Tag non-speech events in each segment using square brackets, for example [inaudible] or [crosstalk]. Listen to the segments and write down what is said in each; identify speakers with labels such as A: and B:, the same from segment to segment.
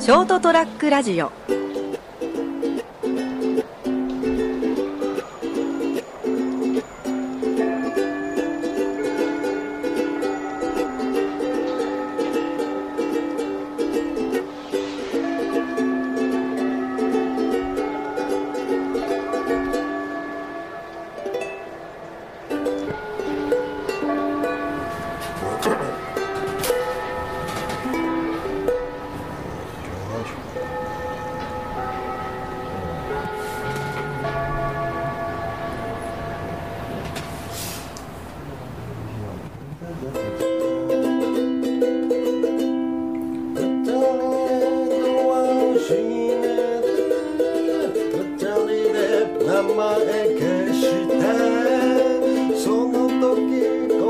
A: ショートトラックラジオ
B: 名前消してその時心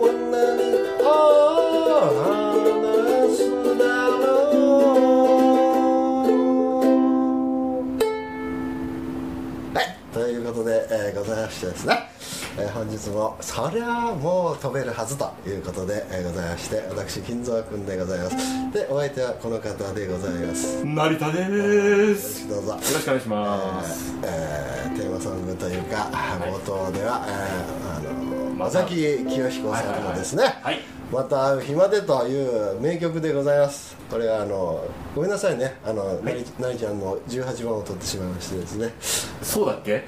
B: は何を話すだろうはい、ということで、えーございましてですね、えー本日も「そりゃあもう飛べるはず」ということで、えーございまして私金蔵君でございますでお相手はこの方でございます
C: 成田で
B: よろし
C: す
B: くどうぞ
C: よろしくお願いします
B: えーテーマソングというか冒頭では、えーあの
C: ま
B: 尾
C: た
B: 崎清彦さんのですね、
C: はい
B: また会う日までという名曲でございますこれはあのごめんなさいねあの、なりなりちゃんの18番を取ってしまいましてですね [laughs]
C: そうだっけ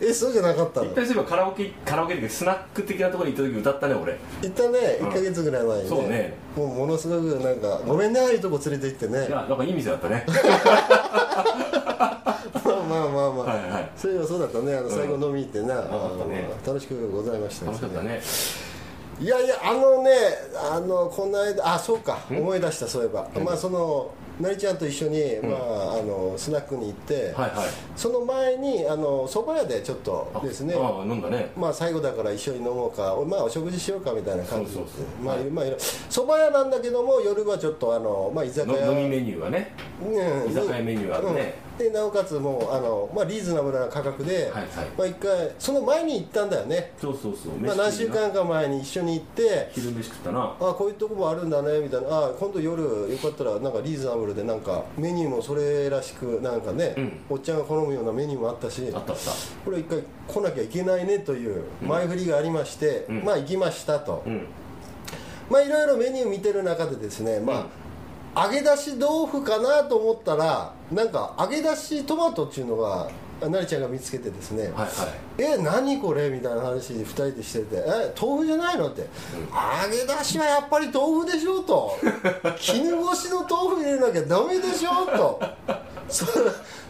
B: えそうじゃなかったの
C: 一回そういえばカラオケカラオケでスナック的なところに行った時歌ったね俺
B: 行ったね1か月ぐらい前に、ね
C: そうね
B: もうものすごくなんかごめんねああいうとこ連れて行ってね
C: いやなんかいい店だった [laughs] ね
B: [laughs] まあまあまあまあ、
C: はいはい
B: そういえばそうだったねあの最後飲み行ってな、あ
C: 楽しかったね
B: の楽しくございましたで
C: 楽
B: す
C: しかったね
B: いやいやあのねあのこの間あそうか思い出したそういえばまあそのなりちゃんと一緒に、まあ、あのスナックに行って、
C: はいはい
B: その前にあの蕎麦屋でちょっとですね
C: ああ飲んだね
B: まあ最後だから一緒に飲もうかおまあお食事しようかみたいな感じで
C: そうそうそう
B: まあ
C: はい
B: まあいろ蕎麦屋なんだけども夜はちょっとあのまあ居酒
C: の
B: 屋
C: 飲みメニューはね
B: うん
C: 居酒屋メニューがあるね
B: うんでなおかつもうあの、まあ、リーズナブルな価格で、
C: はいはい
B: まあ、一回その前に行ったんだよね、
C: そうそうそう
B: まあ、何週間か前に一緒に行って
C: 昼飯食ったな
B: あこういうとこもあるんだねみたいなあ今度夜よかったらなんかリーズナブルでなんかメニューもそれらしくなんかね、
C: うん
B: おっちゃんが好むようなメニューもあったし
C: あったあっ
B: これ一回来なきゃいけないねという前振りがありまして、
C: うん
B: まあ行きましたと、
C: たうん
B: まあいろいろメニュー見てる中でですねまあ、揚げ出し豆腐かなと思ったらなんか揚げ出しトマトっていうのがあなりちゃんが見つけてですね、
C: はいはい
B: え何これみたいな話2人でしてて「え豆腐じゃないの?」って、揚げ出しはやっぱり豆腐でしょ」と「絹ごしの豆腐入れなきゃダメでしょ」とそれ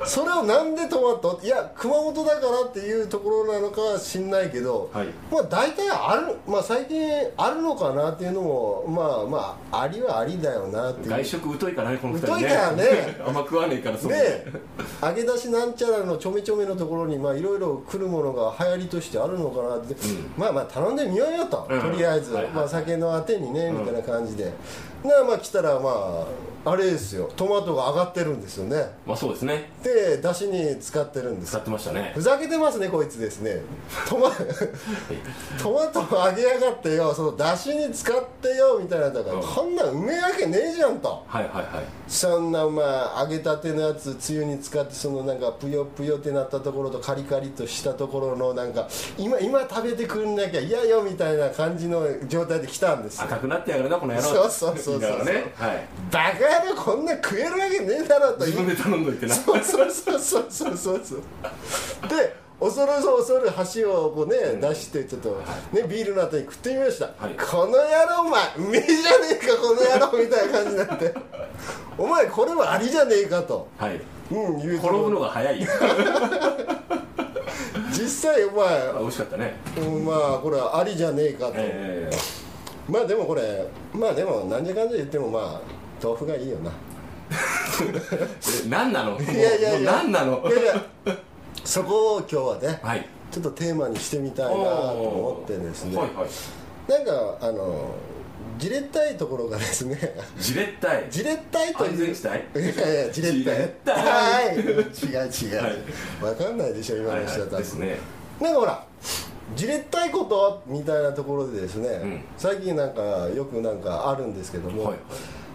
B: それをなんでトマトいや熊本だからっていうところなのかは知んないけど、
C: はい
B: まあ大体ある、まあ、最近あるのかなっていうのもまあまあありはありだよなっていう
C: 外食疎いからねこの二人
B: 疎
C: ね
B: いからね
C: [laughs] あんま食わねえからそう
B: で揚げ出しなんちゃらのちょめちょめのところにまあいろいろ来るものが流行りとしてあるのかなって、まあまあ頼んでみようよと、
C: うん
B: とりあえず、
C: はいはい
B: まあ、酒のあてにねみたいな感じで、なあまあ来たらまああれですよトマトが上がってるんですよね
C: まあそうですね
B: でだしに使ってるんです
C: 使ってましたね
B: ふざけてますねこいつですねトマトマトを揚げやがってよそのだしに使ってよみたいなとか、
C: うん
B: こんなんうめえわけねえじゃんと
C: はいはいはい
B: そんなまあ揚げたてのやつつゆに使ってそのなんかぷよぷよってなったところとカリカリとしたところのなんか今今食べてくんなきゃ嫌よみたいな感じの状態で来たんですよ
C: 赤くなってやがるなこの野郎
B: そうそうそうそう
C: だからねはい
B: バカ野郎こんな食えるわけねえだろと
C: 自分で頼んどいてな
B: そうそうそうそうそうそうそうで恐る恐る箸をこうね、出してちょっと、ね、ビールの後に食ってみました、
C: はい
B: この野郎お前うめえじゃねえかこの野郎みたいな感じになってお前これはありじゃねえかと、
C: はい
B: うん、言うと
C: 転ぶのが早い
B: 実際お前
C: あ美味しかったね
B: うんまあこれはありじゃねえかと、
C: ええ
B: まあでもこれまあでもなんじゃかんじゃ言ってもまあ豆腐がいいよな
C: え何なの
B: いやいや
C: もう
B: いや
C: 何なの
B: いやいやそこを今日はね、
C: はい
B: ちょっとテーマにしてみたいなと思ってですね、
C: はいはい
B: なんかあのじれったいところがですね [laughs]
C: じれったい
B: じれったいと
C: 安
B: い
C: 全
B: う
C: 地帯
B: いやいやじれったい
C: じれった
B: はい
C: い
B: 違う違う、
C: はい
B: わかんないでしょ今
C: は
B: の
C: い
B: 人だ
C: は
B: っ
C: い
B: たら
C: ですね
B: なんかほらじれったいことみたいなところでですね、
C: ん
B: 最近なんかよくなんかあるんですけども、
C: はいはい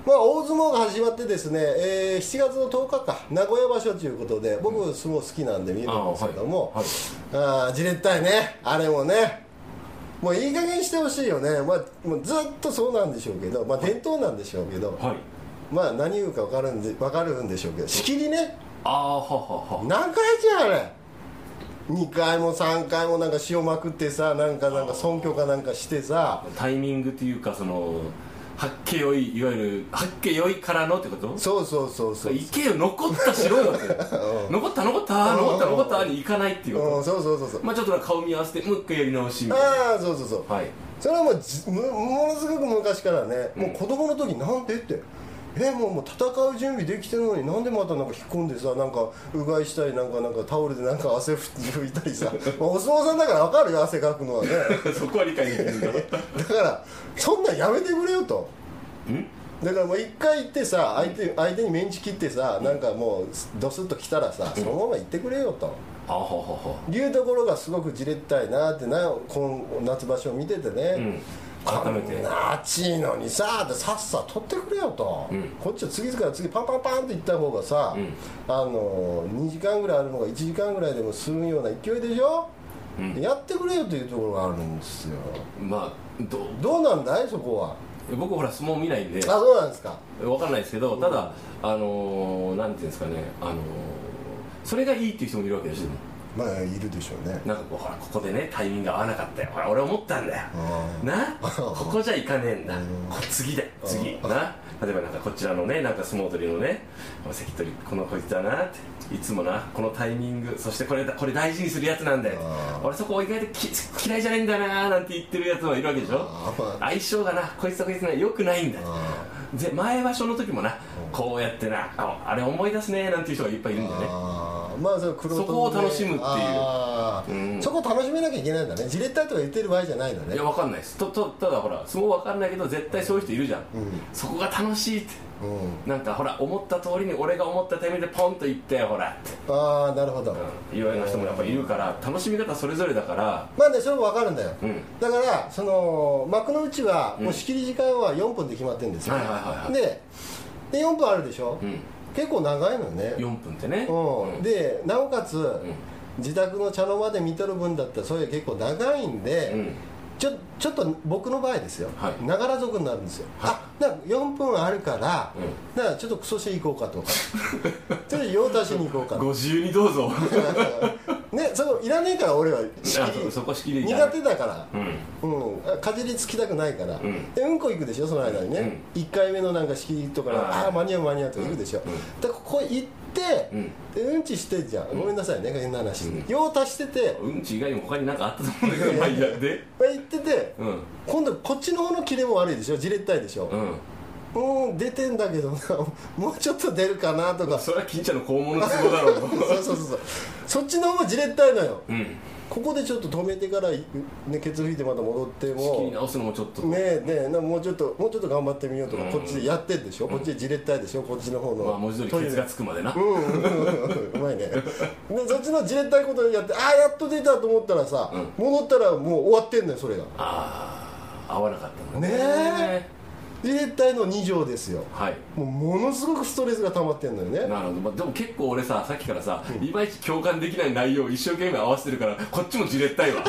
B: まあ、大相撲が始まってですね、えー7月の10日か名古屋場所ということで僕相撲好きなんで見るんですけども
C: あはい
B: あーじれったいねあれもねもういい加減してほしいよね、まあ、もうずっとそうなんでしょうけど、まあ、伝統なんでしょうけど、
C: はい
B: まあ何言うか分かるんで分かるんでしょうけどしきりね
C: ああははは
B: 何回じゃんあれ2回も3回もなんか塩まくってさなんかなんか尊虚かなんかしてさ
C: タイミングっていうかそのはっけよいいわゆるはっけよいからのってこと
B: そうそうそうそう
C: 行けよ残ったしろよって残った残った
B: うん
C: 残った残ったに行かないっていう
B: う
C: こ
B: んそうそうそうそう
C: とまあちょっとなんか顔見合わせてもう一回やり直しみたい
B: ああそうそうそう
C: なはい
B: それはもうじむものすごく昔からね、もう子供の時なんでってえもうもう戦う準備できてるのになんでまたなんか引っ込んでさなんかうがいしたりなんかなんかタオルでなんか汗拭いたり
C: [laughs]
B: さまあお相撲さんだからわかるよ汗かくのはね
C: そこは理解できるんだ
B: だからそんなんやめてくれよと
C: ん
B: だからもう一回行ってさ相手相手にメンチ切ってさなんかもうドスッと来たらさそのまま行ってくれよと。
C: あははは
B: いうところがすごくじれったいなってなこの夏場所を見ててね、
C: うん改めて
B: こんな暑いのにさってさっさと取ってくれよと、
C: うん
B: こっちは次から次パンパンパンっていった方がさ、
C: うん
B: あの2時間ぐらいあるのが1時間ぐらいでも済むような勢いでしょ、
C: うん
B: やってくれよというところがあるんですよ
C: まあどう
B: どうなんだいそこは
C: 僕ほら相撲見ないんで
B: あそうなんですか
C: わかんないですけどただあのーなんていうんですかねあのーそれがいいっていう人もいるわけですよ
B: まあいるでしょうね
C: なんかこうほらここでねタイミングが合わなかったよほら俺思ったんだよ
B: あ
C: な [laughs] ここじゃいかねえんだこ次だよ次
B: う
C: な例えばなんかこちらのねなんか相撲取りのねこの関取このこいつだなっていつもなこのタイミングそしてこれだこれ大事にするやつなんだよ
B: あ
C: 俺そこ意外とき嫌いじゃないんだななんて言ってるやつもいるわけでしょ
B: あーまあ
C: 相性がなこいつとこいつな良くないんだ
B: あ
C: で前場所の時もなこうやってなああれ思い出すねなんていう人がいっぱいいるんだよね
B: あーまあそれ黒
C: そこを楽しむっていう
B: いう、そこを楽しめなきゃいけないんだねじれったいとか言ってる場合じゃないんだ
C: い
B: ね
C: やわかんないですととただほら相撲わかんないけど絶対そういう人いるじゃん、そこが楽しいって
B: うん
C: なんかほら思った通りに俺が思ったタイミングでポンと行ってほらって
B: ああなるほど、
C: いろいろな人もやっぱいるから楽しみ方それぞれだから
B: まあねそれも分かるんだよ、
C: うん
B: だからその幕の内はもう仕切り時間は4分で決まってるんですよ、
C: はいはいはいはい
B: でで4分あるでしょ、
C: うん
B: 結構長いのよね
C: 4分ってね
B: うん、でなおかつ、自宅の茶の間で見とる分だったらそれ結構長いんで、
C: うん
B: ちょちょっと僕の場合ですよ
C: はい
B: ながら族になるんですよ、あだから4分あるから、
C: う
B: だからちょっとクソしていこうか
C: [laughs]
B: とかちょっと用足しに行こうか
C: ご自由にどうぞ
B: とねそこいらねえから俺は仕
C: あ
B: 切
C: そ
B: り
C: そこ仕切りじゃ
B: 苦
C: ない
B: 手だから
C: うん
B: うん、あかじりつきたくないから、
C: ん
B: でうんこ行くでしょその間にね、1回目のなんか仕切りとか
C: あー
B: ああー間に合う間に合うとか行くでしょ、
C: うんうん
B: でここ行って、
C: うん
B: でうんちしてんじゃん、ごめんなさいね変な話、
C: うん
B: 用足してて、
C: うんち以外にも他に何かあったと思うんだけどまあいいやで
B: まあ、行ってて
C: うん
B: 今度こっちの方のキレも悪いでしょじれったいでしょ、
C: うん
B: うん、出てんだけどな [laughs] もうちょっと出るかなとかそ
C: それは金ちゃんの肛門の都合だろう
B: う
C: と
B: そうそうそうそっちの方もじれったいのよ
C: うん
B: ここでちょっと止めてから、ね、ケツ拭いてまた戻っても
C: 仕切り直すのもちょっと
B: ねえねえなもうちょっともうちょっと頑張ってみようとか、
C: うん
B: こっちでやってんでしょ、こっちでじれったいでしょこっちの方の、
C: まあ文字通りケツがつくまでな
B: うんうんうんうんうまいねでそっちのじれったいことやってああやっと出たと思ったらさ、
C: うん
B: 戻ったらもう終わってんのよそれが
C: ああ合わなかったんだ
B: ねえじれったいの2畳ですよ
C: はい
B: もうものすごくストレスが溜まってんのよね
C: なるほど、まあ、でも結構俺ささっきからさ、いまいち共感できない内容を一生懸命合わせてるからこっちもじれっ
B: [laughs]
C: たいわ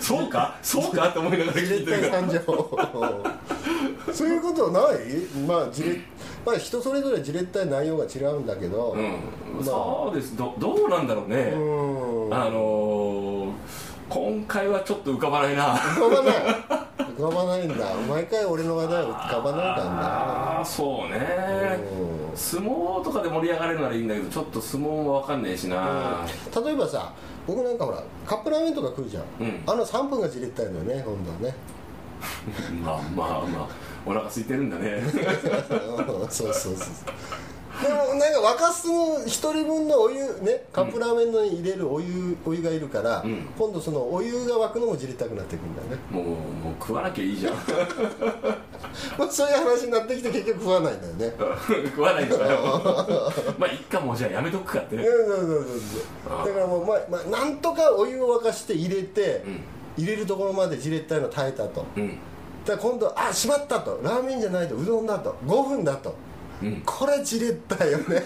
C: そうかそうかって思いながら
B: じ
C: 聞
B: れ
C: い
B: ってたい
C: るから
B: 3畳そういうことないまあじれまあ人それぞれじれったい内容が違うんだけど
C: うん、
B: あ
C: そうですどどうなんだろうね、
B: うん
C: あのー、今回はちょっと浮かばな
B: [laughs]
C: いな
B: 浮かばない浮かばないんだ毎回俺の話題は浮かばないか
C: ああそうね
B: らねう
C: 相撲とかで盛り上がれるならいいんだけどちょっと相撲もわかんねえしな、
B: ん例えばさ僕なんかほらカップラーメンとか食うじゃん、
C: うん
B: あの3分がじれったいのよね今度はね [laughs]
C: まあまあまあお腹空いてるんだ
B: [laughs]
C: ね
B: うんそうそうそうでもなんか沸かすの1人分のお湯ねカップラーメンのに入れるお湯お湯がいるから、
C: うん
B: 今度そのお湯が沸くのもじれたくなってくるんだよね、
C: もうもう食わなきゃいいじゃん
B: まあ、そういう話になってきて結局食わないんだよね
C: [laughs] 食わないのかよ
B: [laughs]
C: まあいっかもうじゃあやめとくかって
B: いやそうそうそうそうだからもう、まあまあ、なんとかお湯を沸かして入れて、
C: うん
B: 入れるところまでじれったいの耐えたと
C: うん
B: だから今度あしまったとラーメンじゃないとうどんだと5分だと、
C: うん
B: これじれったよ
C: [laughs]
B: ね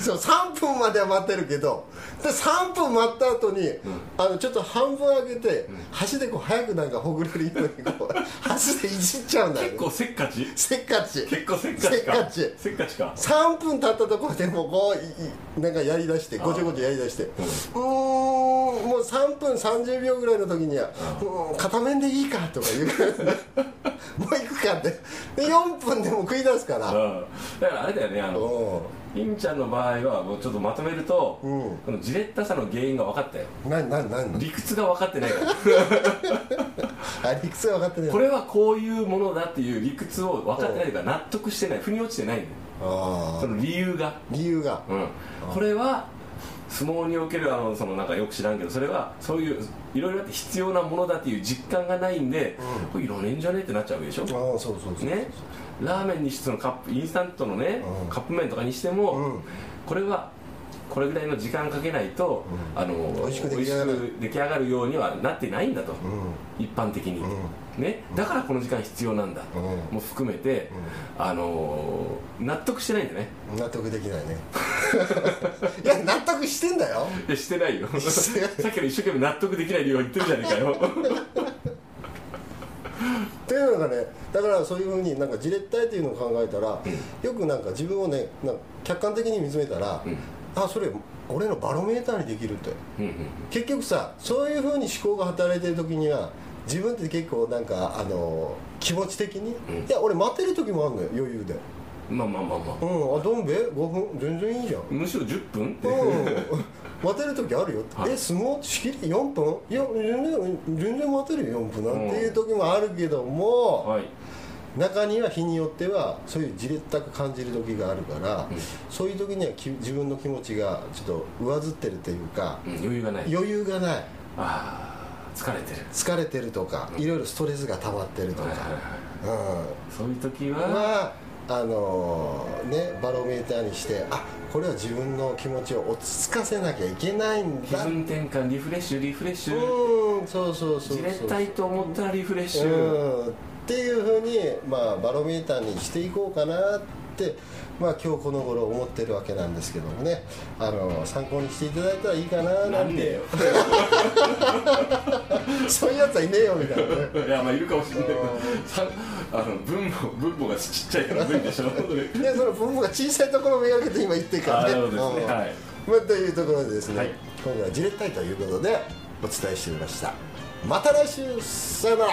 B: そう3分までは待ってるけどで3分待った後に、あのちょっと半分開けて、箸でこう早くなんかほぐれるようにこう箸でいじっちゃうんだよ、
C: 結構せっかち
B: せっかち
C: 結構せっかち
B: せっか
C: か
B: ち
C: せっかちか
B: 3分経ったところでもうこういいなんかやりだしてごちょごちょやりだしてうーんもう3分30秒ぐらいの時には「うーん片面でいいか」とか言うからねもう行くかってで4分でも食い出すか
C: う
B: ら
C: んだからあれだよねあの
B: う
C: 金ちゃんの場合はもうちょっとまとめると、
B: うん
C: このじれったさの原因が分かったよ
B: ん何何何
C: 理屈が分かってないから [laughs]
B: あ理屈は分かってね
C: これはこういうものだっていう理屈を分かってないから納得してない腑に落ちてないのよ
B: あ
C: その理由が、
B: ー理由が
C: うん、これは相撲におけるあのそのなんかよく知らんけどそれはそういういろいろあって必要なものだっていう実感がないんで、これいらねえんじゃねえってなっちゃうわけでしょ
B: ああそうそうそう
C: ね、ラーメンにしてそのカップインスタントのね、
B: うん
C: カップ麺とかにしても、
B: うん
C: これはこれぐらいの時間かけないと、あの
B: 美味しく出来上がる
C: 美味しく出来上がるようにはなってないんだと、
B: う
C: 一般的に、
B: う
C: ね、だからこの時間必要なんだ、
B: うん
C: も含めて、あの納得してないんだね
B: ん納得できないね [laughs] いや納得してんだよ
C: いやしてない [laughs] よさ
B: してない
C: っきから一生懸命納得できない理由は言ってるじゃねえかよ
B: っていうのがねだからそういうふうになんかじれったいというのを考えたら、よくなんか自分をねなんか客観的に見つめたら、
C: うん
B: あそれ俺のバロメーターにできるって
C: うんうん
B: 結局さそういうふうに思考が働いてる時には自分って結構なんかあの気持ち的に、
C: うん
B: いや俺待てる時もあるのよ余裕で「
C: まあまあまあま
B: う
C: あ
B: んあどん兵衛5分全然いいじゃん」
C: むしろ10分って、
B: うん、待てる時あるよ、
C: はい
B: え相撲仕切り4分いや全然全然待てるよ4分なんていう時もあるけども、
C: はい
B: 中には日によってはそういうじれったく感じる時があるから、
C: うん
B: そういう時にはき自分の気持ちがちょっと上ずってるというか、
C: うん余裕がない
B: 余裕がない
C: ああ疲れてる
B: 疲れてるとか、いろいろストレスが溜まってると
C: はい
B: か
C: はい、はいそういう時
B: うん、
C: は、
B: はあのーねバロメーターにしてあこれは自分の気持ちを落ち着かせなきゃいけないん
C: 気
B: だう
C: 分転換リフレッシュリフレッシュ
B: んそうそうそうそう
C: じれったいと思ったらリフレッシュ
B: うん、っていうふうに、まあ、バロメーターにしていこうかなって、まあ、今日この頃思ってるわけなんですけどもねあの参考にしていただいたらいいかな
C: な
B: なんん
C: ねえ
B: て [laughs] そういうやつはいねえよみたいなね
C: よいやまあいるかもしれないけどさあの分母分母がちっちゃいから無理で [laughs] しょ
B: でその分母が小さいところめがけて今言ってるからね
C: あーなるほどですね
B: うん
C: はい
B: まあ、というところでですね、
C: はい
B: 今回はじれったいということでお伝えしてみましたまた来週さよなら